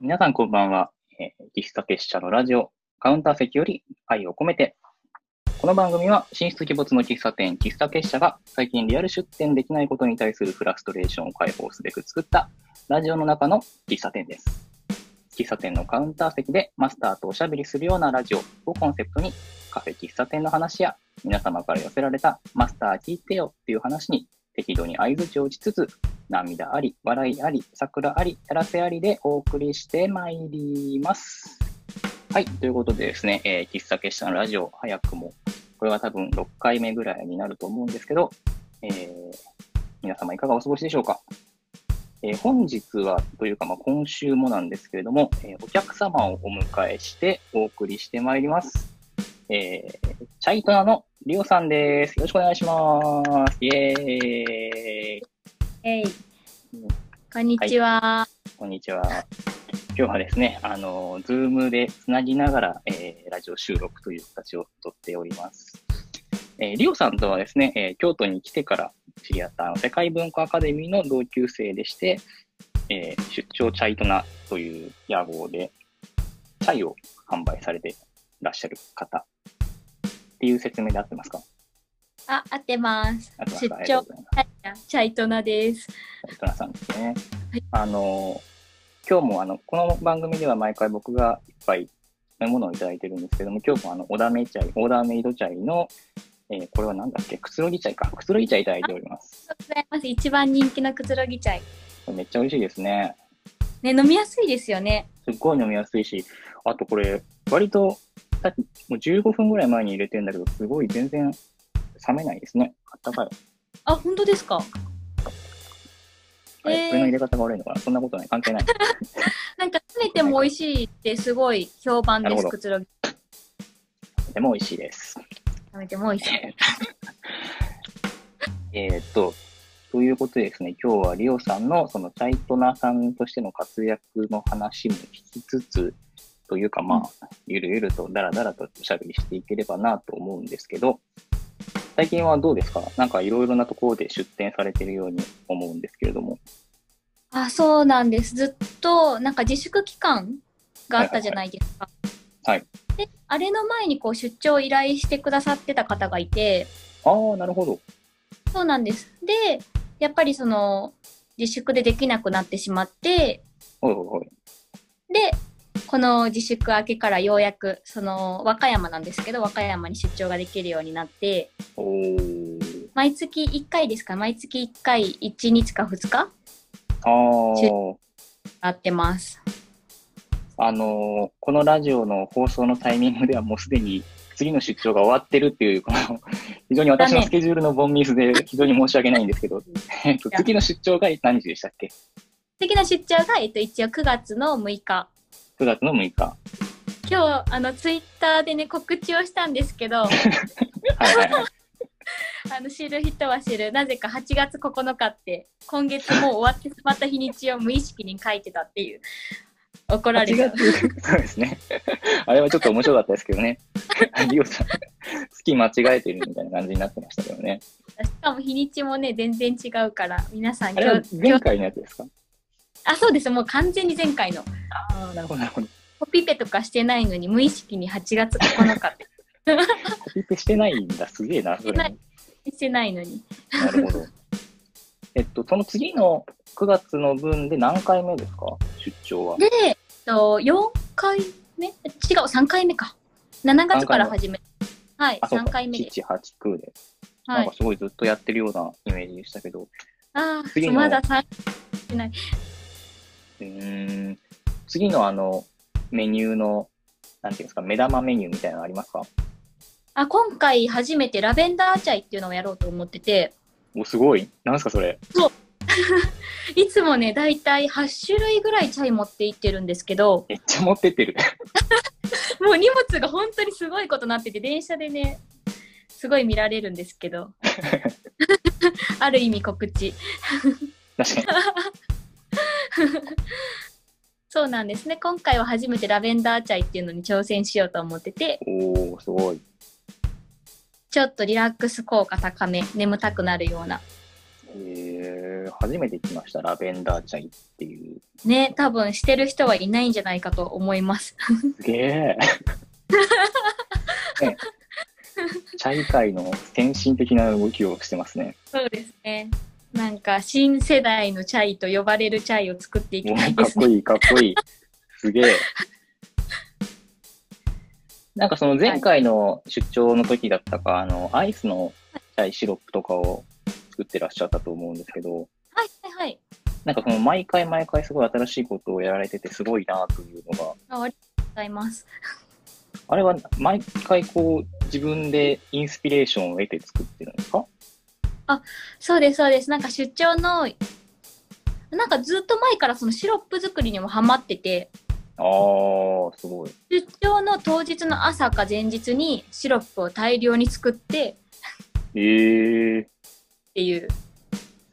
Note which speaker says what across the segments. Speaker 1: 皆さんこんばんは。えー、岸竹支社のラジオ、カウンター席より愛を込めて。この番組は、進出鬼没の喫茶店、岸竹支社が最近リアル出店できないことに対するフラストレーションを解放すべく作った、ラジオの中の喫茶店です。喫茶店のカウンター席でマスターとおしゃべりするようなラジオをコンセプトに、カフェ喫茶店の話や、皆様から寄せられたマスター聞いてよっていう話に、適度に相槌を打ちつつ、涙あり、笑いあり、桜あり、やらせありでお送りしてまいります。はい、ということでですね、えー喫茶結社のラジオ、早くも、これは多分6回目ぐらいになると思うんですけど、えー皆様いかがお過ごしでしょうか。えー本日は、というか、まあ、今週もなんですけれども、えーお客様をお迎えしてお送りしてまいります。えーチャイトナのリオさんです。よろしくお願いします。イエーイ。
Speaker 2: えい。こんにちは。
Speaker 1: こんにちは。今日はですね、あの、ズームでつなぎながら、えーラジオ収録という形をとっております。えーリオさんとはですね、えー京都に来てから知り合ったあの世界文化アカデミーの同級生でして、えー出張チャイトナという屋号で、チャイを販売されてらっしゃる方っていう説明で合ってますか
Speaker 2: あ、合ってます
Speaker 1: 合ってま。す
Speaker 2: 出
Speaker 1: かありがとう
Speaker 2: 張
Speaker 1: ございます。
Speaker 2: チャイトナです。
Speaker 1: トナさんですね。
Speaker 2: はい
Speaker 1: あの今日もあのこの番組では毎回僕がいっぱい飲み物をいただいてるんですけども、今日もあのオダメチャイ、オーダーメイドチャイの、えーこれはなんだっけ、くつろぎチャイか、くつろぎチャイいただいております。
Speaker 2: ありがとうございます。一番人気のくつろぎチャイ。
Speaker 1: めっちゃ美味しいですね。
Speaker 2: ね、飲みやすいですよね。
Speaker 1: すっごい飲みやすいし、あとこれ、割とさっきもう15分ぐらい前に入れてるんだけど、すごい全然冷めないですね。あったかい。
Speaker 2: あ、本当ですか。
Speaker 1: あれ、
Speaker 2: えー
Speaker 1: これの入れ方が悪いのかなそんなことない。関係ない。
Speaker 2: なんか冷めても美味しいってすごい評判
Speaker 1: な
Speaker 2: で
Speaker 1: る
Speaker 2: す。
Speaker 1: ほど
Speaker 2: くつろぎ
Speaker 1: でも美味しいです。
Speaker 2: 冷めても美味しい。
Speaker 1: えーっと、ということでですね、今日はリオさんのそのチャイトナさんとしての活躍の話も聞きつつ、というかまあ、ゆるゆるとダラダラとおしゃべりしていければなと思うんですけど、最近はどうですかなんかいろいろなところで出店されてるように思うんですけれども。
Speaker 2: あ、そうなんです。ずっとなんか自粛期間があったじゃないですか。
Speaker 1: はいはい
Speaker 2: で、あれの前にこう出張を依頼してくださってた方がいて、
Speaker 1: ああ、なるほど。
Speaker 2: そうなんです。で、やっぱりその自粛でできなくなってしまって、
Speaker 1: おいおいおい。
Speaker 2: で、この自粛明けからようやく、その和歌山なんですけど、和歌山に出張ができるようになって、
Speaker 1: おー。
Speaker 2: 毎月1回ですか、毎月1回、1日か2日
Speaker 1: あー。
Speaker 2: あってます。
Speaker 1: あのーこのラジオの放送のタイミングではもうすでに次の出張が終わってるっていう、この 非常に私のスケジュールのボンミスで非常に申し訳ないんですけど、 えっと次の出張が何日でしたっけ
Speaker 2: 次の出張が、えっと、一応9月の6日。
Speaker 1: ?9 月の6日。は
Speaker 2: 今日、あの、ツイッターでね、告知をしたんですけ ど、あ
Speaker 1: いはいはい。
Speaker 2: の、知る人は知る、なぜか8月9日って、今月もう終わってしまった日にちを無意識に書いてたっ ていう、怒られ
Speaker 1: 8
Speaker 2: た。
Speaker 1: 月、そうですね。あれはちょっと面白かったですけどね。 リオさん、月間違えてるみたいな感じになってましたけどね。
Speaker 2: しかも日にちもね、全然違うから、皆さん
Speaker 1: あれは
Speaker 2: 今日、今
Speaker 1: 前
Speaker 2: 日
Speaker 1: 回のやつですか
Speaker 2: あ、そうです、もう完全に前回の。
Speaker 1: ああ、なるほどなるほど。
Speaker 2: コピペとかしてないのに、無意識に8月9日って
Speaker 1: コピペしてないんだ。すげえな、それ
Speaker 2: してな。いしてないのに。
Speaker 1: なる ほど。えっと、その次の9月の分で何回目ですか出張は。
Speaker 2: で、えっと、4回目違う、3回目か。7月から始めはい、
Speaker 1: あ、そう
Speaker 2: 3
Speaker 1: か。
Speaker 2: 回目です。
Speaker 1: 7、8、9で。
Speaker 2: は
Speaker 1: なん
Speaker 2: い
Speaker 1: か。すごいずっとやってるようなイメージでしたけど。
Speaker 2: あ
Speaker 1: 次
Speaker 2: あ、
Speaker 1: の
Speaker 2: まだ3、
Speaker 1: うーん。次のあの、メニューの、なんていうんですか、目玉メニューみたいなのありますか
Speaker 2: あ、今回初めてラベンダーチャイっていうのをやろうと思ってて、
Speaker 1: お、すごい。なんすか、それ。
Speaker 2: いつもね、だいたい8種類ぐらいチャイ持っていってるんですけど、
Speaker 1: めっちゃ持ってって る。
Speaker 2: もう荷物が本当にすごいことになってて電車でねすごい見られるんです けど ある意味告知
Speaker 1: 確かに。
Speaker 2: そうなんですね今回は初めてラベンダーチャイっていうのに挑戦しようと思ってて
Speaker 1: おー、すごい。
Speaker 2: ちょっとリラックス効果高め眠たくなるような
Speaker 1: へえー初めて来ました、ラベンダーチャイっていう。
Speaker 2: ね、多分してる人はいないんじゃないかと思います。
Speaker 1: すげえ。ねチャイ界の先進的な動きをしてますね。
Speaker 2: そうですね。なんか新世代のチャイと呼ばれるチャイを作っていき
Speaker 1: も
Speaker 2: たいう
Speaker 1: か
Speaker 2: で
Speaker 1: っ
Speaker 2: す
Speaker 1: こ
Speaker 2: ね。
Speaker 1: いい、かっこいい。すげえ。なんかその前回の出張の時だったか、あの、アイスのチャイシロップとかを作ってらっしゃったと思うんですけど、
Speaker 2: はいはいはい。
Speaker 1: なんかその毎回毎回すごい新しいことをやられててすごいなというのが、
Speaker 2: あありがとうございます。
Speaker 1: あれは毎回こう自分でインスピレーションを得て作ってるんですか
Speaker 2: そうですそうです。なんか出張のなんかずっと前からそのシロップ作りにもハマってて、
Speaker 1: あー、すごい。
Speaker 2: 出張の当日の朝か前日にシロップを大量に作って
Speaker 1: えー、
Speaker 2: っていう。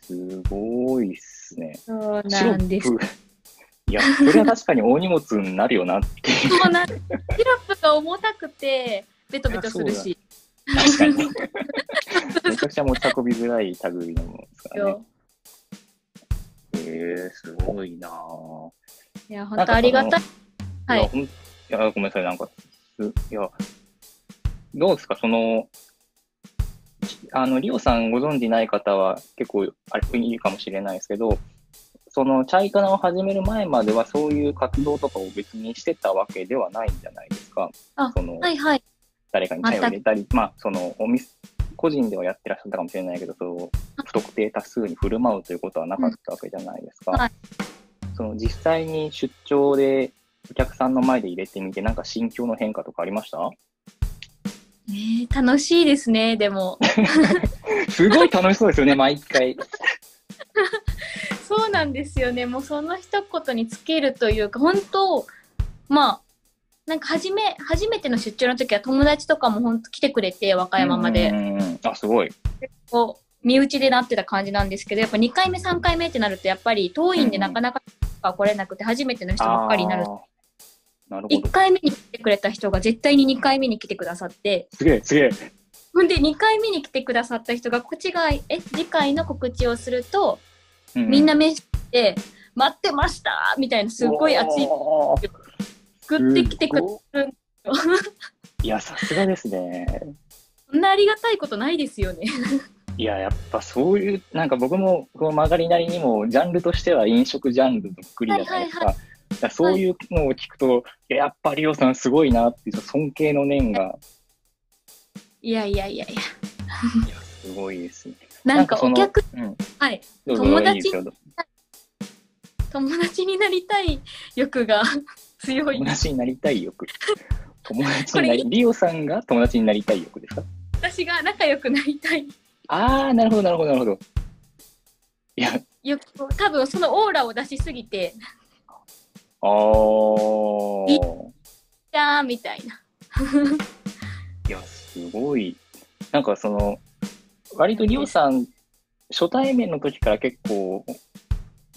Speaker 1: すごいっすね。
Speaker 2: そうなんです。
Speaker 1: シロップいや、それは確かに大荷物になるよなっていう。
Speaker 2: そうなんですシロップが重たくてベトベトするし。
Speaker 1: 確 かに。めちゃくちゃ持ち運びづらい類のものですからね。えー、すごいなぁ。
Speaker 2: いや本当ありがたい。はい
Speaker 1: やほんいや、ごめんなさい、なんか、すいや、どうですか、その、あの、リオさんご存じない方は結構、あれ、いいかもしれないですけど、その、チャイカナを始める前までは、そういう活動とかを別にしてたわけではないんじゃないですか。
Speaker 2: あ
Speaker 1: その、
Speaker 2: はいはい。
Speaker 1: 誰かにチャイを入れたり、まあ、その、お店、個人ではやってらっしゃったかもしれないけど、そう、不特定多数に振る舞うということはなかったわけじゃないですか。
Speaker 2: はい
Speaker 1: その、実際に出張で、お客さんの前で入れてみて、なんか心境の変化とかありました
Speaker 2: えー楽しいですね、でも。
Speaker 1: すごい楽しそう ですよね、毎回。
Speaker 2: そうなんですよね。もうその一言につけるというか、本当まあ、なんか初め、初めての出張の時は友達とかも本当来てくれて、和歌山ま
Speaker 1: う
Speaker 2: で。
Speaker 1: んうんうん。あ、すごい。
Speaker 2: こう、身内でなってた感じなんですけど、やっぱ2回目、3回目ってなると、やっぱり遠いんで
Speaker 1: うん
Speaker 2: なかなか来れなくて、初めての人ばっかりになる。
Speaker 1: あーなるほど
Speaker 2: 1。回目に来てくれた人が絶対に2回目に来てくださって、
Speaker 1: すげえ、すげえ。
Speaker 2: ほんで2回目に来てくださった人がこっちがえ次回の告知をすると、
Speaker 1: う
Speaker 2: みんなメッセージで「待ってました!」みたいなすごい熱い
Speaker 1: おー
Speaker 2: 送ってきてくれ
Speaker 1: すごいいや、さすがですね。
Speaker 2: そんなありがたいことないですよね。
Speaker 1: いや、やっぱそういう、なんか僕も、この曲がりなりにも、ジャンルとしては飲食ジャンルのっくりじゃないですか。
Speaker 2: は
Speaker 1: だからそういうのを聞くと、いややっぱりリオさんすごいなっていう尊敬の念が、
Speaker 2: いやいやいやいや
Speaker 1: いや、すごいですね。
Speaker 2: なんかお客
Speaker 1: なんか
Speaker 2: はい
Speaker 1: その、うん、どうぞ
Speaker 2: 友達
Speaker 1: いいですよ
Speaker 2: 友達になりたい欲が 強い
Speaker 1: 友達になりたい欲。友達にな
Speaker 2: こ
Speaker 1: り、リオさんが友達になりたい欲ですか
Speaker 2: 私が仲良くなりたい
Speaker 1: あー、なるほど、なるほど、なるほど。いや、
Speaker 2: 欲多分そのオーラを出しすぎて
Speaker 1: あー。
Speaker 2: 「じゃー」みたいない
Speaker 1: や、すごい。なんかその、割とリオさん、初対面の時から結構、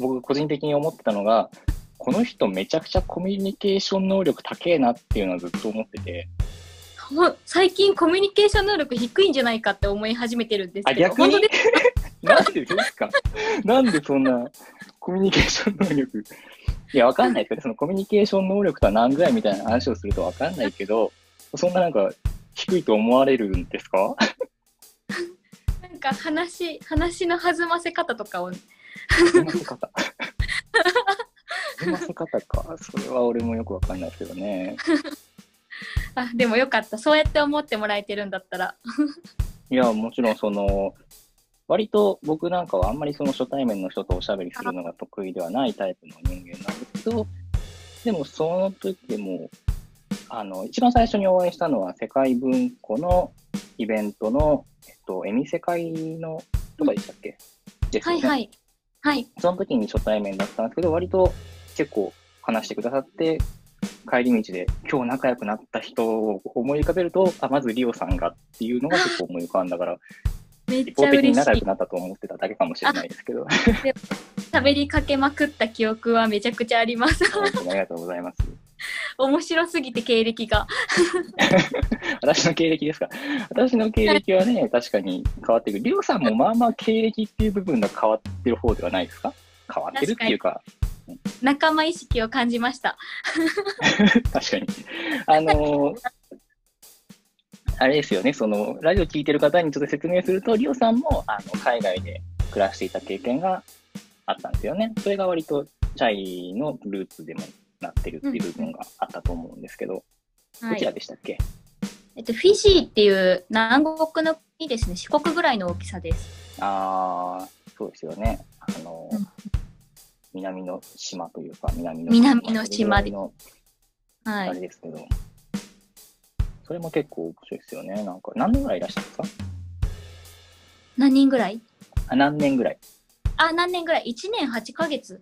Speaker 1: 僕個人的に思ってたのが、この人めちゃくちゃコミュニケーション能力高えなっていうのはずっと思ってて。
Speaker 2: ほん最近コミュニケーション能力低いんじゃないかって思い始めてるんです
Speaker 1: あ、
Speaker 2: けど
Speaker 1: 逆に
Speaker 2: 本当で
Speaker 1: なんでですかなんでそんなコミュニケーション能力いや、わかんないですけど、そのコミュニケーション能力とは何ぐらいみたいな話をするとわかんないけど、そんななんか低いと思われるんですか
Speaker 2: なんか話話の弾ませ方とかを
Speaker 1: 済ませ方。済ませ方か。それは俺もよくわかんないですけどね。
Speaker 2: あでもよかったそうやって思ってもらえてるんだったら
Speaker 1: いや、もちろんその、割と僕なんかはあんまりその初対面の人とおしゃべりするのが得意ではないタイプの人間なんですけど、でもその時でも、あの、一番最初にお会いしたのは世界文庫のイベントの、えっと、エミ世界のとかでしたっけ、です
Speaker 2: は
Speaker 1: よ
Speaker 2: い
Speaker 1: ね
Speaker 2: はいはい
Speaker 1: その時に初対面だったんですけど、割と結構話してくださって、帰り道で今日仲良くなった人を思い浮かべると、あ、まずリオさんがっていうの が結構思い浮かんだから、
Speaker 2: めっ
Speaker 1: 一
Speaker 2: ち
Speaker 1: 方
Speaker 2: ゃ
Speaker 1: 的に
Speaker 2: 嬉し
Speaker 1: 仲良
Speaker 2: い
Speaker 1: くなったと思ってただけかもしれないですけ ど、
Speaker 2: 喋りかけまくった記憶はめちゃくちゃあります
Speaker 1: 本当にありがとうございます。
Speaker 2: 面白すぎて経歴が。
Speaker 1: 私の経歴ですか。私の経歴はね、確かに変わってくる。りょうさんもまあまあ経歴っていう部分が変わってる方ではないですか変わってるっていうか、
Speaker 2: 仲間意識を感じました。
Speaker 1: 確かに。あのーあれですよね、その、ラジオ聞いてる方にちょっと説明すると、リオさんも、あの、海外で暮らしていた経験があったんですよね。それが割と、チャイのルーツでもなってるっていう部分があったと思うんですけど、
Speaker 2: は
Speaker 1: どち
Speaker 2: い
Speaker 1: らでしたっけ
Speaker 2: えっと、フィジーっていう南国の国ですね、四国ぐらいの大きさです。
Speaker 1: あー、そうですよね。あのー
Speaker 2: うん
Speaker 1: 南の島というか、南の
Speaker 2: 南の島
Speaker 1: 南
Speaker 2: で
Speaker 1: の
Speaker 2: は
Speaker 1: あ
Speaker 2: い
Speaker 1: れ。ですけど、それも結構面白いですよね。なんか、何年ぐらいいらっしゃるんですか
Speaker 2: 何人ぐらい
Speaker 1: あ何年ぐらい
Speaker 2: あ、何年ぐらい ?1 年8ヶ月。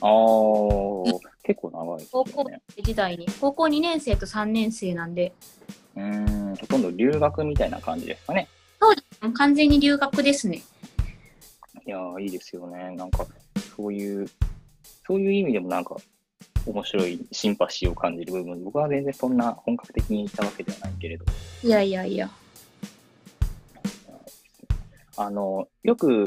Speaker 1: あー、結構長いです
Speaker 2: 高
Speaker 1: よ
Speaker 2: 校
Speaker 1: ね。
Speaker 2: 生時代に。高校2年生と3年生なんで、
Speaker 1: うーん、ほとんど留学みたいな感じですかね。
Speaker 2: もう完全に留学ですね。
Speaker 1: いやー、いいですよね。なんか、そういう、そういう意味でもなんか、面白いシンパシーを感じる部分、僕は全然そんな本格的に行ったわけではないけれど、
Speaker 2: いやいやいや。
Speaker 1: あの、よく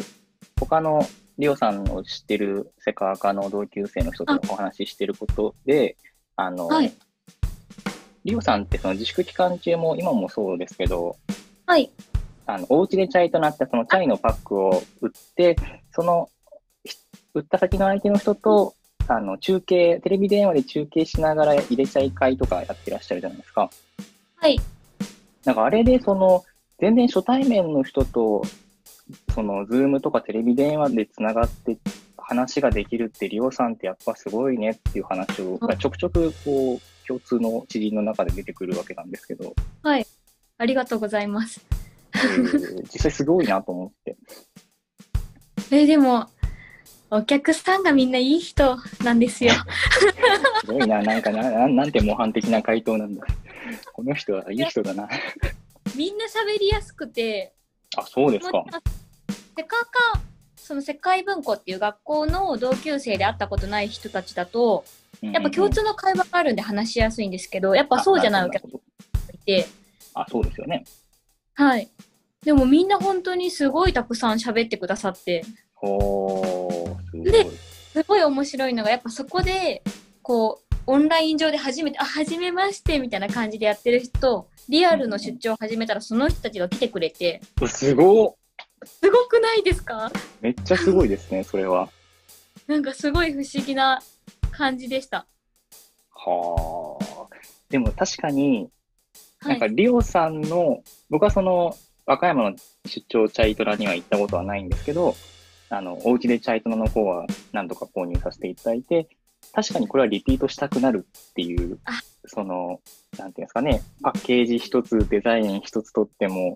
Speaker 1: 他のリオさんを知ってるセカアカの同級生の人とお話ししてることで、あの、
Speaker 2: はい。
Speaker 1: リオさんってその自粛期間中も今もそうですけど、
Speaker 2: はい。
Speaker 1: あの、お家でチャイとなったそのチャイのパックを売って、その、ひ売った先の相手の人と、あの、中継、テレビ電話で中継しながら入れちゃい会とかやってらっしゃるじゃないですか。
Speaker 2: はい。
Speaker 1: なんかあれで、その、全然初対面の人と、その、ズームとかテレビ電話でつながって、話ができるって、リオさんってやっぱすごいねっていう話を、がちょくちょく、こう、共通の知人の中で出てくるわけなんですけど、
Speaker 2: ありがとうございます。
Speaker 1: えー実際すごいなと思って。
Speaker 2: えーでも、お客さんがみんないい人なんですよ。
Speaker 1: すごいな、なんかな、ななんて模範的な回答なんだ。この人はいい人だな。
Speaker 2: みんな喋りやすくて、
Speaker 1: あ、そうですか
Speaker 2: も。ちろんセカカその世界文庫っていう学校の同級生で会ったことない人たちだとやっぱ共通の会話があるんで話しやすいんですけどやっぱそうじゃないお客さん
Speaker 1: と。
Speaker 2: がいて、
Speaker 1: あ、そうですよね。
Speaker 2: はい、でもみんな本当にすごいたくさん喋ってくださって
Speaker 1: ほー、すごい。
Speaker 2: ですごい面白いのがやっぱそこでこうオンライン上で初めて「あ初めまして」みたいな感じでやってる人リアルの出張を始めたらその人たちが来てくれて
Speaker 1: うすごっ
Speaker 2: すごくないですか
Speaker 1: めっちゃすごいですね、それは。
Speaker 2: なんかすごい不思議な感じでした。
Speaker 1: はー。でも確かに、
Speaker 2: は
Speaker 1: なん
Speaker 2: い
Speaker 1: か、リオさんの、僕はその、和歌山の出張チャイトラには行ったことはないんですけど、あの、お家でチャイトラの方は何度か購入させていただいて、確かにこれはリピートしたくなるっていう
Speaker 2: あ、
Speaker 1: その、なんていうんですかね、パッケージ一つ、デザイン一つとっても、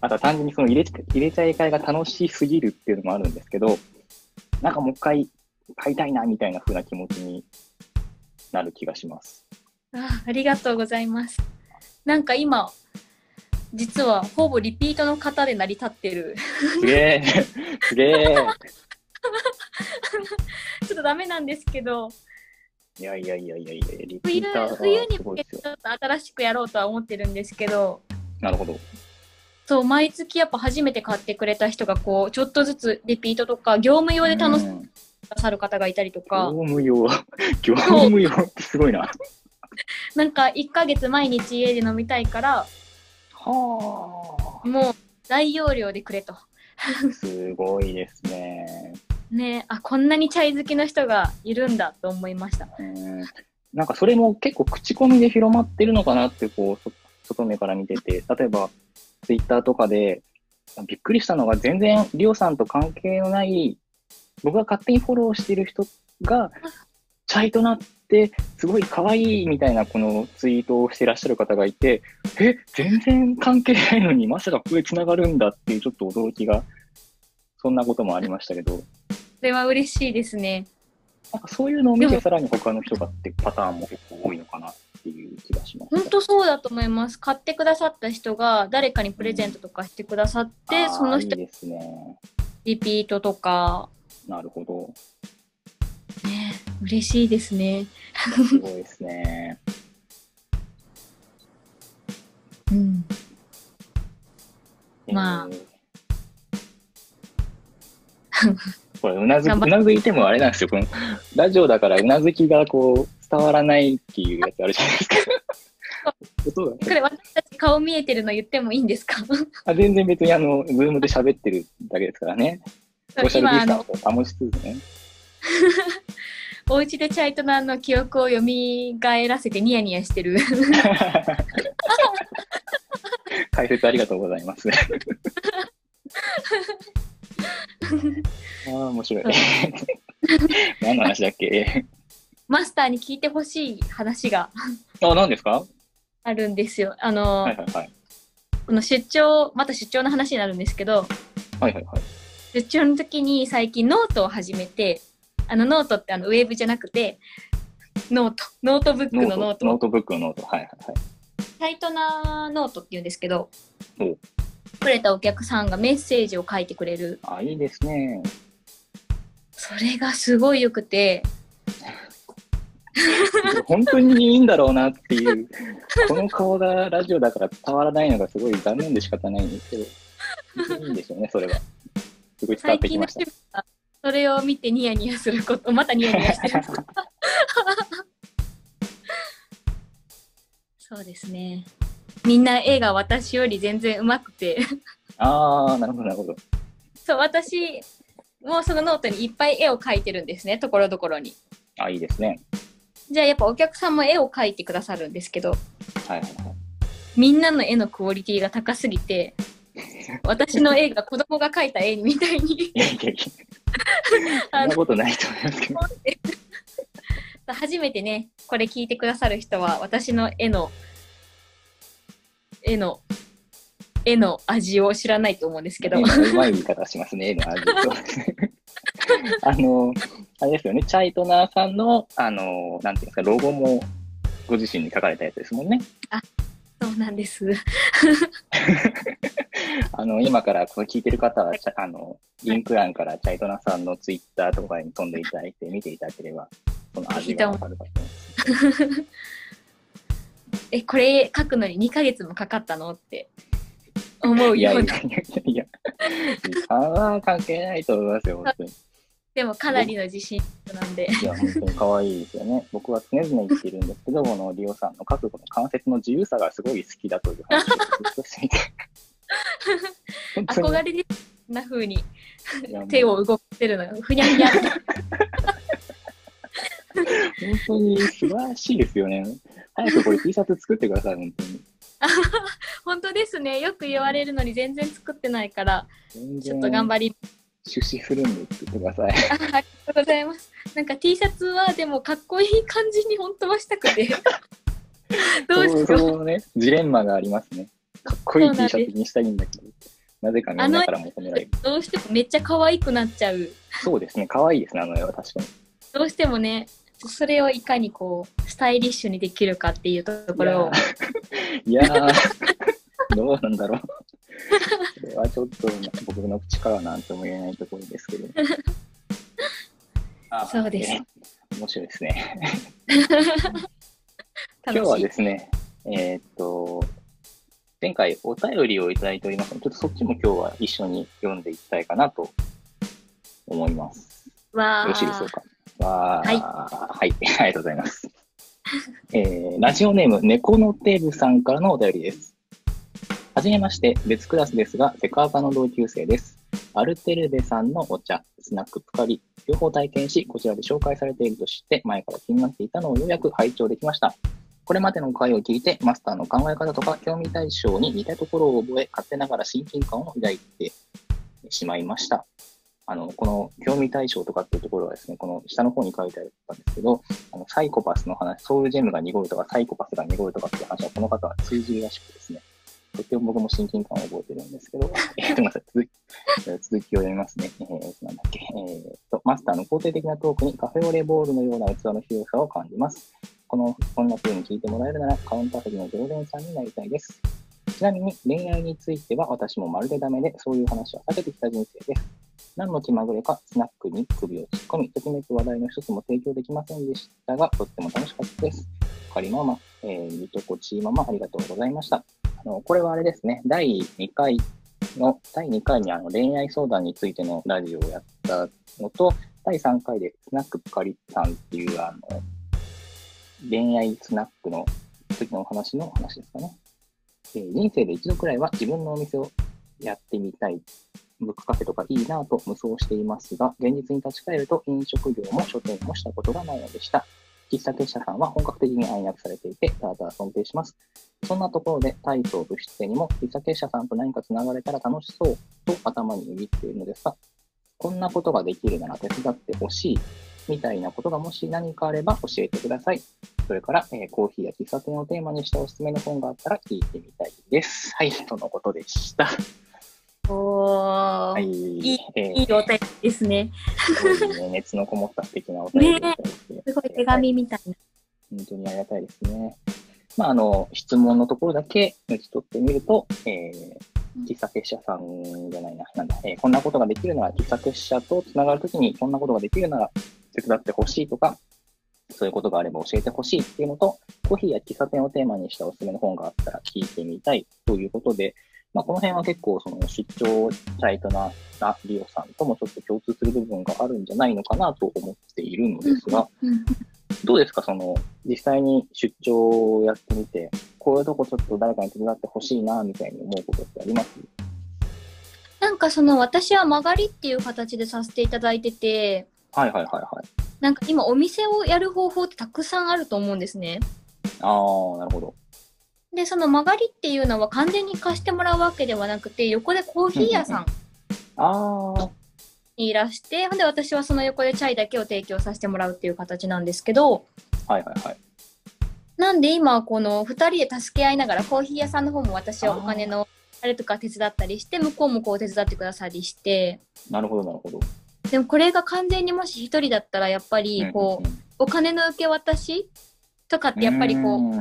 Speaker 1: あとは単純にその入れちゃ入れちゃい替えが楽しすぎるっていうのもあるんですけど、なんかもう一回買いたいなみたいな風な気持ちになる気がします。
Speaker 2: あありがとうございます。なんか今、実はほぼリピートの方で成り立ってる。
Speaker 1: すげえ、すげえ。
Speaker 2: ちょっとダメなんですけど、
Speaker 1: いやいやいやいやいや、リピ
Speaker 2: 冬
Speaker 1: ーターが
Speaker 2: 冬に
Speaker 1: すご
Speaker 2: 向
Speaker 1: い
Speaker 2: け
Speaker 1: で
Speaker 2: て
Speaker 1: すよ
Speaker 2: ち。ょっと新しくやろうとは思ってるんですけど、
Speaker 1: なるほど。
Speaker 2: そう、毎月やっぱ初めて買ってくれた人がこう、ちょっとずつリピートとか、業務用で楽しんで
Speaker 1: うん
Speaker 2: くださる方がいたりと
Speaker 1: 業
Speaker 2: か、
Speaker 1: 務用、業務用ってすごいな。は
Speaker 2: なんか1ヶ月毎日家で飲みたいから、
Speaker 1: あ、
Speaker 2: もう大容量でくれと。
Speaker 1: すごいですね。
Speaker 2: ねあ、こんなにチャイ好きの人がいるんだと思いました。
Speaker 1: うんなんかそれも結構口コミで広まってるのかなって、こう、そ外目から見てて、例えば、ツイッターとかで、びっくりしたのが、全然、リオさんと関係のない、僕が勝手にフォローしてる人が、チャイとなって、すごい可愛いみたいな、このツイートをしてらっしゃる方がいて、え、全然関係ないのに、まさかこれ繋がるんだっていう、ちょっと驚きが、そんなこともありましたけど、
Speaker 2: それは嬉しいですね。
Speaker 1: なんかそういうのを見
Speaker 2: で
Speaker 1: て、
Speaker 2: も
Speaker 1: さらに他の人がっていうパターンも結構多いのかなっていう気がします。
Speaker 2: 本当そうだと思います。買ってくださった人が誰かにプレゼントとかしてくださって、
Speaker 1: あー
Speaker 2: その人
Speaker 1: いいですね。
Speaker 2: リピートとか、
Speaker 1: なるほど。
Speaker 2: ね嬉しいですね。
Speaker 1: すごいですね。
Speaker 2: うん。まあ
Speaker 1: えー。 これうなず
Speaker 2: 頑張っ
Speaker 1: うなずいてもあれなんですよ。このラジオだからうなずきがこう伝わらないっていうやつあるじゃない ですか。音が
Speaker 2: これ私たち顔見えてるの言ってもいいんですか
Speaker 1: あ全然別にあの、ズームで喋ってるだけですからね。ソーシャル
Speaker 2: 今
Speaker 1: ディ
Speaker 2: あ
Speaker 1: スタン
Speaker 2: の
Speaker 1: スを保ちつつね。
Speaker 2: お家でチャイトナーの記憶を蘇らせてニヤニヤし てる
Speaker 1: 解説ありがとうござい ます。ああ、面白い。何の話だっけ
Speaker 2: マスターに聞いてほしい話が
Speaker 1: あ、何ですかは
Speaker 2: あるんですよ。あの、
Speaker 1: いはいはい。
Speaker 2: この出張また出張の話になるんですけど
Speaker 1: はいはいはい。
Speaker 2: 出張の時に最近ノートを始めてあのノートってあのウェブじゃなくてノートノートブックのノート
Speaker 1: ノートブックのノート。はいはいはい。
Speaker 2: タイトなノートっていうんですけど
Speaker 1: お
Speaker 2: くれたお客さんがメッセージを書いてくれる
Speaker 1: あ、いいですね。
Speaker 2: それがすごいよくて
Speaker 1: 本当にいいんだろうなっていう、この顔がラジオだから伝わらないのがすごい残念で仕方ないんですけど、本当にいいんでしょうね、それは。すごい伝わっ
Speaker 2: 最
Speaker 1: てき
Speaker 2: 近の
Speaker 1: ました
Speaker 2: 趣。味はそれを見てニヤニヤすることまたニヤニヤしてるそうですねみんな絵が私より全然うまくて
Speaker 1: ああ、なるほど、なるほど。
Speaker 2: そう、私もそのノートにいっぱい絵を描いてるんですね、ところどころに。
Speaker 1: あ、いいですね。
Speaker 2: じゃあやっぱお客さんも絵を描いてくださるんですけど、
Speaker 1: はいはいはい。
Speaker 2: みんなの絵のクオリティが高すぎて、私の絵が子供が描いた絵みたいに
Speaker 1: いやいやいや、そ
Speaker 2: あ
Speaker 1: んな
Speaker 2: の
Speaker 1: ことないと思いますけど。
Speaker 2: 初めてねこれ聞いてくださる人は私の絵の絵の絵の味を知らないと思うんですけど、
Speaker 1: ねうまい言い方しますね、絵の味と。あの、あれですよね、チャイトナーさんの、あの、なんていうんですか、ロゴもご自身に書かれたやつですもんね。
Speaker 2: そうなんです。
Speaker 1: あの、今からこれ聞いてる方は、チャあの、リンク欄からチャイトナさんのツイッターとかに飛んでいただいて、見ていただければ、その味がわかるかと思います。
Speaker 2: えこれ描くのに2ヶ月もかかったのって思う
Speaker 1: いやい
Speaker 2: よ
Speaker 1: や
Speaker 2: う
Speaker 1: い
Speaker 2: な
Speaker 1: やいや、時間は関係ないと思いますよ、本当に。
Speaker 2: でもかなりの自信な んで。
Speaker 1: いや、本当に可愛いですよね。僕は常々言ってるんですけど、このリオさんの覚悟の関節の自由さがすごい好きだという話をずっとしていて。本当に
Speaker 2: 憧れでこんな風に
Speaker 1: いやもう
Speaker 2: 手を動かせるのがふにゃふにゃ って
Speaker 1: 本当に素晴らしいですよね。早くこれ T シャツ作ってください、本当に。
Speaker 2: 本当ですねよく言われるのに全然作ってないから
Speaker 1: 全
Speaker 2: ちょっと頑張り
Speaker 1: 出資するんで作ってください。
Speaker 2: あありがとうございますなんか T シャツはでもかっこいい感じに本当はした くて どうし
Speaker 1: そ
Speaker 2: よう
Speaker 1: のね、ジレンマがありますね。かっこいい
Speaker 2: そ
Speaker 1: T
Speaker 2: うなんです
Speaker 1: シャツにしたいんだけど、なぜかみんなから求められる。
Speaker 2: どうしてもめっちゃ可愛くなっちゃう
Speaker 1: そうですね、可愛いですね、あの絵は確かに。
Speaker 2: どうしてもねそれをいかにこうスタイリッシュにできるかっていうところを
Speaker 1: い やー、いやーどうなんだろう。それはちょっと僕の口からはなんとも言えないところですけど。あー
Speaker 2: そうです。
Speaker 1: ね面白いですね。今日
Speaker 2: 楽
Speaker 1: は
Speaker 2: しい
Speaker 1: ですね、えーっと、前回お便りをいただいておりますので、ちょっとそっちも今日は一緒に読んでいきたいかなと思います。
Speaker 2: わ
Speaker 1: よろしいでしょう
Speaker 2: ー
Speaker 1: か。わー
Speaker 2: はい
Speaker 1: はい。 ありがとうございます。えー、ラジオネーム、猫のテーブさんからのお便りです。はじめまして、別クラスですが、セカアカの同級生です。アルテルベさんのお茶、スナックプカリ、両方体験し、こちらで紹介されていると知って、前から気になっていたのをようやく拝聴できました。これまでの回を聞いて、マスターの考え方とか興味対象に似たところを覚え、勝手ながら親近感を抱いてしまいました。あの、この興味対象とかっていうところはですね、この下の方に書いてあったんですけど、あのサイコパスの話、ソウルジェムが濁るとか、サイコパスが濁るとかっていう話は、この方は通じるらしくですね、とても僕も親近感を覚えてるんですけど、 えっと、ごめんなさい、続き、えー続きを読みますね。えー、なんだっけ、えーっと、マスターの肯定的なトークにカフェオレボールのような器の広さを感じます。この、こんな風に聞いてもらえるなら、カウンター席の常連さんになりたいです。ちなみに、恋愛については私もまるでダメで、そういう話は避けてきた人生です。何の気まぐれか、スナックに首を突っ込み、ときめく話題の一つも提供できませんでしたが、とっても楽しかったです。カリママ、えー、いとこちーママ、ありがとうございました。あの、これはあれですね、第2回の、第2回にあの恋愛相談についてのラジオをやったのと、第3回でスナックぷかりさんっていう、あの、恋愛スナックの時のお話の話ですかね。えー人生で一度くらいは自分のお店をやってみたい。ブックカフェとかいいなぁと無双していますが、現実に立ち返ると飲食業も書店もしたことがないのでした。喫茶結社さんは本格的に暗躍されていて、ただただ尊敬します。そんなところで、タイと物質店にも喫茶結社さんと何か繋がれたら楽しそうと頭によぎっているのですが、こんなことができるなら手伝ってほしいみたいなことがもし何かあれば教えてください。それから、えーコーヒーや喫茶店をテーマにしたおすすめの本があったら聞いてみたいです。はい、とのことでした。
Speaker 2: おー、、
Speaker 1: はいい、
Speaker 2: い
Speaker 1: えー
Speaker 2: いお便りですね。
Speaker 1: すごいね熱のこもった素敵なお便りでいただいて
Speaker 2: すごい手紙みたいな。
Speaker 1: 本当にありがたいですね。まあ、あの、質問のところだけ抜き取ってみると、えー、喫茶結社さんじゃないな、なんだ、えーこんなことができるなら、喫茶結社とつながるときに、こんなことができるなら、手伝ってほしいとか、そういうことがあれば教えてほしいっていうのと、コーヒーや喫茶店をテーマにしたおすすめの本があったら聞いてみたいということで、まあ、この辺は結構、その出張サイトななリオさんともちょっと共通する部分があるんじゃないのかなと思っているのですが、
Speaker 2: うん
Speaker 1: どうですか、その、実際に出張をやってみて、こういうとこちょっと誰かに手伝ってほしいな、みたいに思うことってあります
Speaker 2: なんかその私は曲がりっていう形でさせていただいてて、
Speaker 1: はいはいはいはい。
Speaker 2: なんか今お店をやる方法ってたくさんあると思うんですね。
Speaker 1: ああ、なるほど。
Speaker 2: で、その曲がりっていうのは完全に貸してもらうわけではなくて、横でコーヒー屋さん
Speaker 1: ああ、
Speaker 2: にいらして、ほんで私はその横でチャイだけを提供させてもらうっていう形なんですけど、
Speaker 1: はいはいはい。
Speaker 2: なんで今はこの2人で助け合いながらコーヒー屋さんの方も私はお金のあれとか手伝ったりして向こうもこう手伝ってくださりして
Speaker 1: なるほどなるほど。
Speaker 2: でもこれが完全にもし1人だったらやっぱりこ
Speaker 1: うん
Speaker 2: う、
Speaker 1: うんうん
Speaker 2: お金の受け渡しとかってやっぱりこ
Speaker 1: うん
Speaker 2: う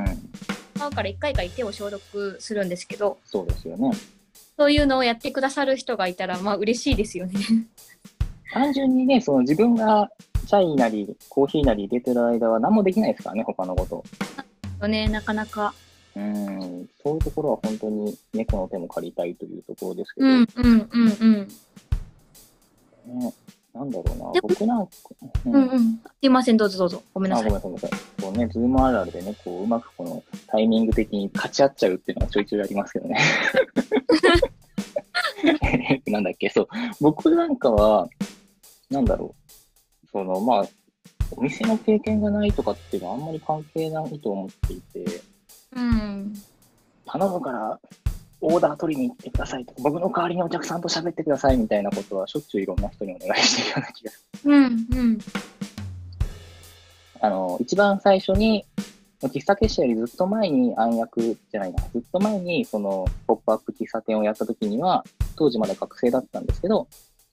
Speaker 2: 買うから1回から手を消毒するんですけど
Speaker 1: そうですよね。
Speaker 2: そういうのをやってくださる人がいたらまあ嬉しいですよね。
Speaker 1: 単純にね、その自分がチャイなり、コーヒーなり入れてる間は何もできないですからね、他のこと。
Speaker 2: よねなかなか。
Speaker 1: うん、そういうところは本当に猫の手も借りたいというところですけど、
Speaker 2: うんうんうんうん。
Speaker 1: ね、なんだろうな
Speaker 2: で、も
Speaker 1: 僕なんか、う
Speaker 2: うんうん。すいませんどうぞどうぞごめんな
Speaker 1: あ
Speaker 2: さ
Speaker 1: ごめ
Speaker 2: い。
Speaker 1: んなさい、ごめんなさい。こうね、ズームあるあるでね、こう、うまくこのタイミング的に勝ち合っちゃうっていうのがちょいちょいありますけどね。 えっとなんだっけ、そう。僕なんかは、なんだろう。その、まあ、お店の経験がないとかっていうのはあんまり関係ないと思っていて、
Speaker 2: うん。
Speaker 1: 頼むから、オーダー取りに行ってくださいとか、僕の代わりにお客さんと喋ってくださいみたいなことは、しょっちゅういろんな人にお願いしてるような気が
Speaker 2: うんうん。
Speaker 1: あの、一番最初に、喫茶結社よりずっと前に暗躍じゃないな、ずっと前に、その、ポップアップ喫茶店をやった時には、当時まだ学生だったんですけど、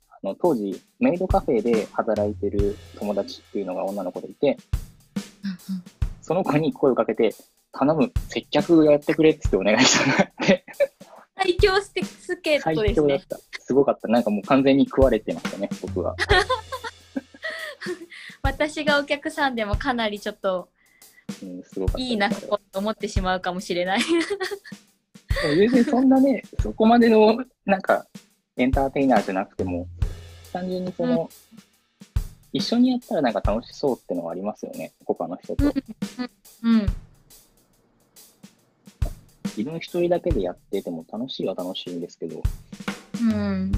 Speaker 1: あの、当時、メイドカフェで働いてる友達っていうのが女の子でいて、その子に声をかけて、頼む、接客やってくれっつってお願いしたのがあって、
Speaker 2: 最強ステスケー
Speaker 1: 最
Speaker 2: トです
Speaker 1: 強だっ
Speaker 2: ね。
Speaker 1: た。すごかった。なんかもう完全に食われてましたね、僕は。
Speaker 2: 私がお客さんでもかなりちょっと
Speaker 1: うん、すごかった。
Speaker 2: いいなここと思ってしまうかもしれない。
Speaker 1: でも全然そんなね、そこまでの、なんか、エンターテイナーじゃなくても、単純にその、一緒にやったらなんか楽しそうってのはありますよね、他の人と。
Speaker 2: うん。
Speaker 1: 自分一人だけでやってても楽しいは楽しいんですけど、
Speaker 2: うん。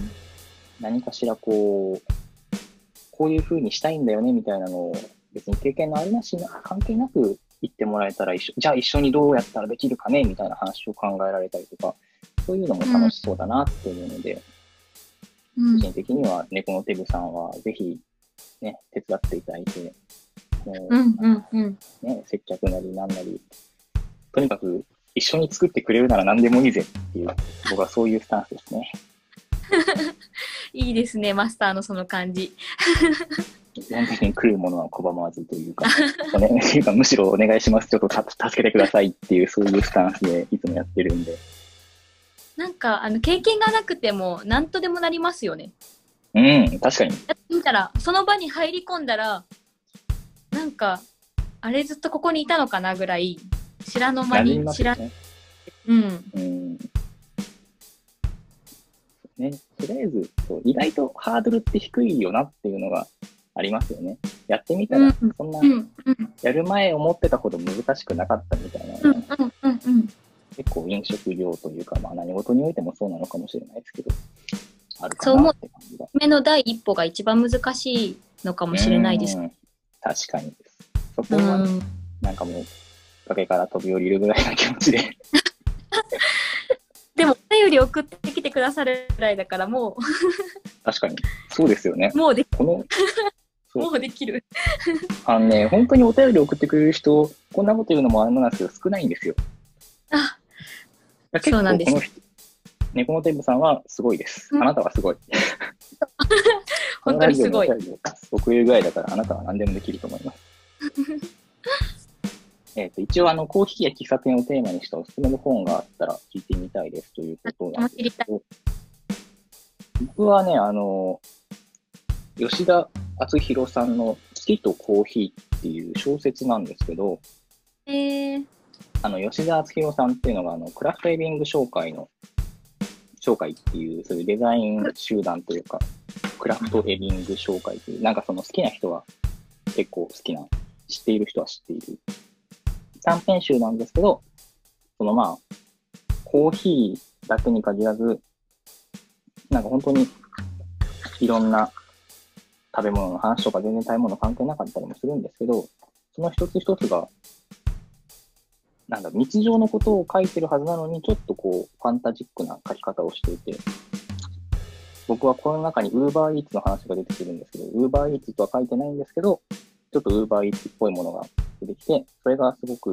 Speaker 1: 何かしらこう、こういう風にしたいんだよねみたいなのを、別に経験のあるなしな、関係なく言ってもらえたら一緒、じゃあ一緒にどうやったらできるかねみたいな話を考えられたりとか、そういうのも楽しそうだなっていうので、
Speaker 2: う
Speaker 1: 個
Speaker 2: ん。
Speaker 1: 人的には猫のテグさんはぜひ、ね、手伝っていただいて、も
Speaker 2: うんうんうん。
Speaker 1: うね、接客なりなんなり、とにかく一緒に作ってくれるなら何でもいいぜっていう、僕はそういうスタンスですね。
Speaker 2: いいですね、マスターのその感じ。
Speaker 1: 基本的に来るものは拒まずという か、お願いというかむしろお願いします、ちょっとた助けてくださいっていう、そういうスタンスでいつもやってるんで、
Speaker 2: なんか、あの、経験がなくても、なんとでもなりますよね。
Speaker 1: うん、確かに。
Speaker 2: やってみたら、その場に入り込んだら、なんか、あれずっとここにいたのかなぐらい、知らの間
Speaker 1: 馴染み
Speaker 2: に
Speaker 1: ま、す
Speaker 2: 知
Speaker 1: よ
Speaker 2: ら、
Speaker 1: ね。
Speaker 2: うん。
Speaker 1: うん。ね、とりあえずそう、意外とハードルって低いよなっていうのがありますよね。やってみた
Speaker 2: う
Speaker 1: ら
Speaker 2: ん、
Speaker 1: そんな
Speaker 2: う、ん、うん、
Speaker 1: やる前思ってたほど難しくなかったみたいなの
Speaker 2: う
Speaker 1: が、
Speaker 2: ん、うん、うん、うん。
Speaker 1: 結構飲食業というか、まあ何事においてもそうなのかもしれないですけど、ある
Speaker 2: そう
Speaker 1: か
Speaker 2: 思
Speaker 1: な
Speaker 2: う
Speaker 1: って感じが。
Speaker 2: 目の第一歩が一番難しいのかもしれないです。
Speaker 1: うん。確かに。そこ
Speaker 2: う
Speaker 1: は、
Speaker 2: ん。
Speaker 1: なんかもう、崖から飛び降りるぐらいの気持ちで。
Speaker 2: でも、お便り送ってきてくださるぐらいだから、も
Speaker 1: 確かに。そうですよね
Speaker 2: う、。もうで、
Speaker 1: この、そう
Speaker 2: もうできる。
Speaker 1: あのね、本当にお便り送ってくれる人、こんなこと言うのもあれなんですけど、少ないんですよ。
Speaker 2: あ、
Speaker 1: だから
Speaker 2: そうなん
Speaker 1: 結
Speaker 2: で
Speaker 1: 構
Speaker 2: す
Speaker 1: この人、猫のテーブさんはすごいです。
Speaker 2: うん
Speaker 1: あなたはすごい。
Speaker 2: 本当にすごい
Speaker 1: このラジオにお便りを送れるぐらいだから、あなたは何でもできると思 います。えっと一応あの、コーヒーや喫茶店をテーマにしたおすすめの本があったら聞いてみたいですということなんですけど、僕はね、あの、吉田篤弘さんの月とコーヒーっていう小説なんですけど、
Speaker 2: えー、
Speaker 1: あの、吉田篤弘さんっていうのが、あの、クラフトエビング商会の、商会っていう、そういうデザイン集団というか、クラフトエビング商会っていう、なんかその好きな人は結構好きな、知っている人は知っている短編集なんですけど、そのまあ、コーヒーだけに限らず、なんか本当にいろんな食べ物の話とか全然食べ物関係なかったりもするんですけど、その一つ一つが、なんだ、日常のことを書いてるはずなのに、ちょっとこう、ファンタジックな書き方をしていて、僕はこの中に UberEats の話が出てくるんですけど、UberEats とは書いてないんですけど、ちょっと UberEats っぽいものが出てきて、それがすごく、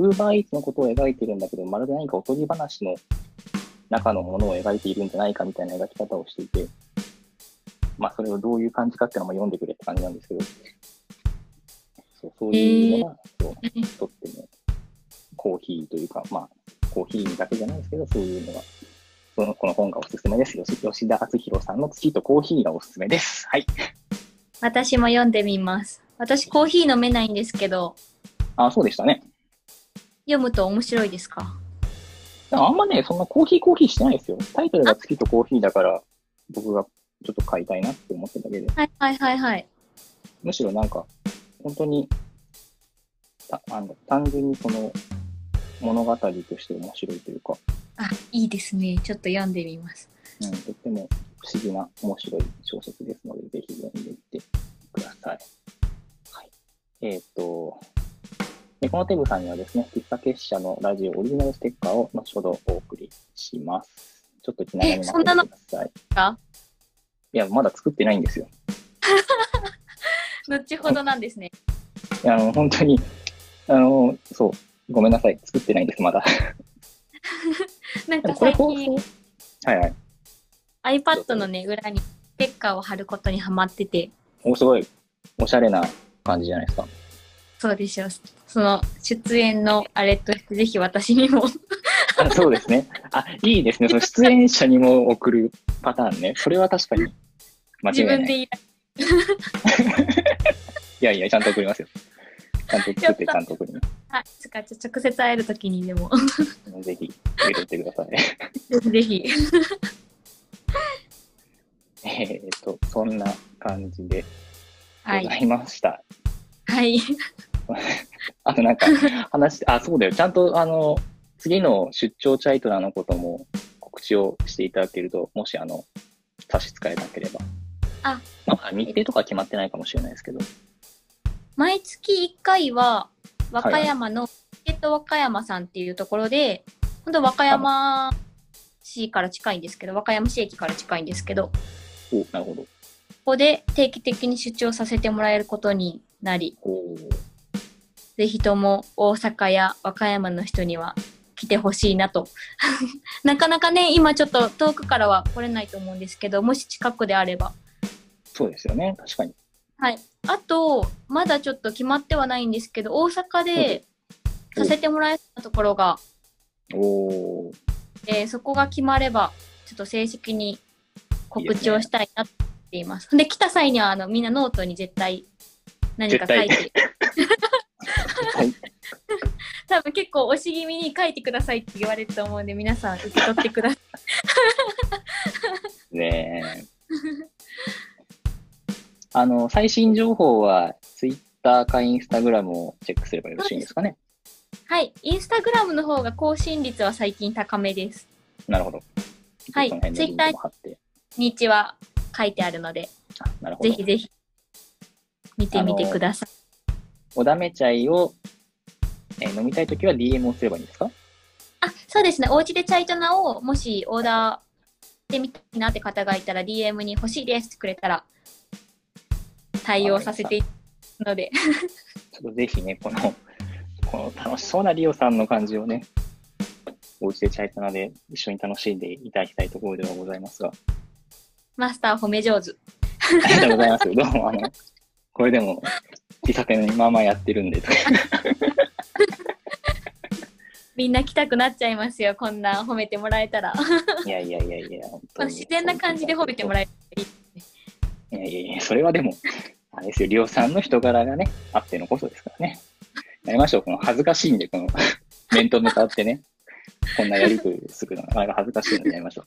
Speaker 1: UberEats のことを描いてるんだけど、まるで何かおとぎ話の中のものを描いているんじゃないかみたいな描き方をしていて、まあ、それをどういう感じかっていうのも読んでくれって感じなんですけど、そうそういうのが、そうとっても、コーヒーというか、まあ、コーヒーだけじゃないですけど、そういうのが、そのこの本がおすすめです。吉吉田篤弘さんの月とコーヒーがおすすめです。はい。
Speaker 2: 私も読んでみます。私、コーヒー飲めないんですけど、
Speaker 1: あ、そうでしたね。
Speaker 2: 読むと面白いですか
Speaker 1: あんまね、そんなコーヒーコーヒーしてないですよ。タイトルが月とコーヒーだから、僕がちょっと買いたいなって思っただけで、
Speaker 2: はいはいはいはい。
Speaker 1: むしろなんか、本当に、たあの単純にその物語として面白いというか、
Speaker 2: あ、いいですね。ちょっと読んでみます。
Speaker 1: うん、とっても不思議な面白い小説ですので、ぜひ読んでみてください。はい。えっ、と、でこのテブさんにはですね、喫茶結社のラジオオリジナルステッカーを後ほどお送りします。ちょっと気長に
Speaker 2: え
Speaker 1: 待
Speaker 2: そんな
Speaker 1: っ
Speaker 2: の
Speaker 1: てください。
Speaker 2: か
Speaker 1: いや、まだ作ってないんですよ。
Speaker 2: 後ほどなんですね。
Speaker 1: いやあの、本当に、あの、そう、ごめんなさい。作ってないんです、ま だ。
Speaker 2: なん
Speaker 1: でも
Speaker 2: か
Speaker 1: これ
Speaker 2: 最
Speaker 1: 放
Speaker 2: 近
Speaker 1: 送はいはい。
Speaker 2: iPad のね、裏にステッカーを貼ることにハマってて、
Speaker 1: お、すごい、おしゃれな感じじゃないですか。
Speaker 2: そうでしょ。その出演のあれとして、ぜひ私にも。
Speaker 1: あそうですね。あ、いいですね。その出演者にも送るパターンね。それは確かに間違
Speaker 2: 自
Speaker 1: いない。
Speaker 2: 分で言い
Speaker 1: いやいや、ちゃんと送りますよ。ちゃんと作って、ちゃんと送りま
Speaker 2: はい、いつかちょ直接会えるときに でも、
Speaker 1: す。ぜひ、受け取ってください。
Speaker 2: ぜひ。
Speaker 1: えっと、そんな感じでご
Speaker 2: は
Speaker 1: ざ
Speaker 2: い。
Speaker 1: いました。
Speaker 2: はい。
Speaker 1: あとなんか、話、あ、そうだよ。ちゃんと、あの、次の出張チャイトラのことも告知をしていただけると、もし、あの、差し支えなければ。
Speaker 2: あ
Speaker 1: まあ、日程とか決まってないかもしれないですけど。
Speaker 2: 毎月1回は、和歌山の、チケット和歌山さんっていうところで、本当和歌山市から近いんですけど、和歌山市駅から近いんですけど、
Speaker 1: お、なるほど。
Speaker 2: ここで定期的に出張させてもらえることになり、
Speaker 1: おー
Speaker 2: ぜひとも大阪や和歌山の人には来てほしいなと。 なかなかね、今ちょっと遠くからは来れないと思うんですけど、もし近くであれば。
Speaker 1: そうですよね。確かに。
Speaker 2: はい。あと、まだちょっと決まってはないんですけど、大阪で
Speaker 1: うん
Speaker 2: させてもらえたところが、
Speaker 1: おー
Speaker 2: えーそこが決まれば、ちょっと正式に告知をしたいなと思っています。で、来た際には、あの、みんなノートに絶対何か書いて、
Speaker 1: はい。
Speaker 2: 多分結構押し気味に書いてくださいって言われると思うんで、皆さん受け取ってください。
Speaker 1: ねえ。あの、最新情報は、ツイッターかインスタグラムをチェックすればよろしいんですかね。
Speaker 2: はい、インスタグラムの方が更新率は最近高めです。
Speaker 1: なるほど。
Speaker 2: はい
Speaker 1: ちょっとその辺のリンクも貼って。
Speaker 2: 日は書いてあるので、
Speaker 1: あなるほど。
Speaker 2: ぜひぜひ見てみてください。
Speaker 1: おだめ茶いを、えー飲みたいときは DM をすればいいんですか
Speaker 2: あそうですね、おうちでチャイトナをもしオーダーしてみたいなって方がいたら、DM に欲しいですってくれたら、対応させていただくので、
Speaker 1: ちょっとぜひね、この、この楽しそうなリオさんの感じをね、おうちでチャイタナで一緒に楽しんでいただきたいところではございますが、
Speaker 2: マスター褒め上手。
Speaker 1: ありがとうございます。どうも、あの、これでも、喫茶店にまあまあやってるんで、とか
Speaker 2: みんな来たくなっちゃいますよ、こんな褒めてもらえたら。
Speaker 1: いやいやいやいや、本当に
Speaker 2: 自然な感じで褒めてもらえたらいい。
Speaker 1: いやいやいや、それはでも、あれですよ、りょうさんの人柄がね、あってのことですからね。やりましょう、この恥ずかしいんで、この面と向かってね、こんなやりとりするのがなかなか恥ずかしいのでやりましょう。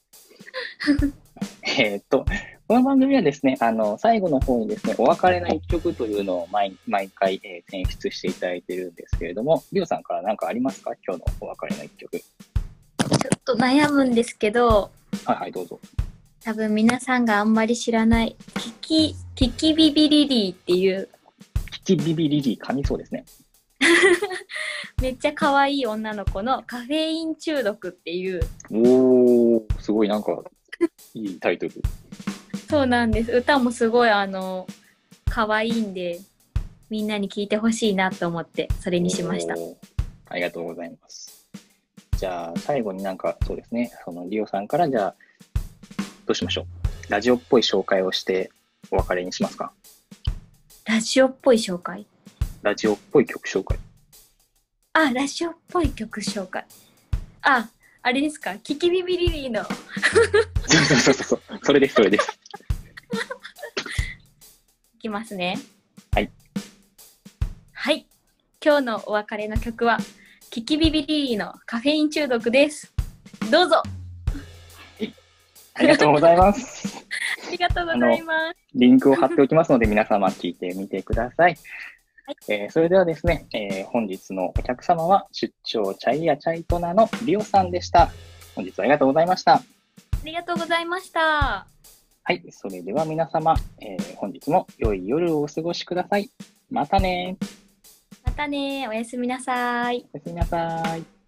Speaker 1: えーっと、この番組はですね、あの、最後の方にですね、お別れの一曲というのを毎毎回、えー選出していただいてるんですけれども、りょうさんから何かありますか今日のお別れの一曲。
Speaker 2: ちょっと悩むんですけど、
Speaker 1: はいはい、どうぞ。
Speaker 2: 多分皆さんがあんまり知らない、キキ、キキビビリリーっていう、
Speaker 1: キキビビリリー、噛みそうですね。
Speaker 2: めっちゃ可愛い女の子のカフェイン中毒っていう、
Speaker 1: おー、すごいなんか、いいタイトル。
Speaker 2: そうなんです。歌もすごい、あの、可愛いんで、みんなに聴いてほしいなと思って、それにしました。
Speaker 1: おー。ありがとうございます。じゃあ、最後になんか、そうですね、そのリオさんから、じゃあ、どうしましょう。ラジオっぽい紹介をして、お別れにしますか。
Speaker 2: ラジオっぽい紹介
Speaker 1: ラジオっぽい曲紹介。
Speaker 2: あ、ラジオっぽい曲紹介。あ、あれですか、キキビビリリーの。
Speaker 1: そうそうそうそう。それです、それです。
Speaker 2: いきますね。
Speaker 1: はい。
Speaker 2: はい。今日のお別れの曲は、キキビビリリのカフェイン中毒です。どうぞ。
Speaker 1: ありがとうございます。
Speaker 2: ありがとうございます。
Speaker 1: リンクを貼っておきますので、皆様聞いてみてください。えーそれではですね、えー本日のお客様は、出張チャイやチャイトナのリオさんでした。本日はありがとうございました。
Speaker 2: ありがとうございました。
Speaker 1: はい、それでは皆様、えー本日も良い夜をお過ごしください。またね
Speaker 2: またねおやすみなさい。
Speaker 1: おやすみなさい。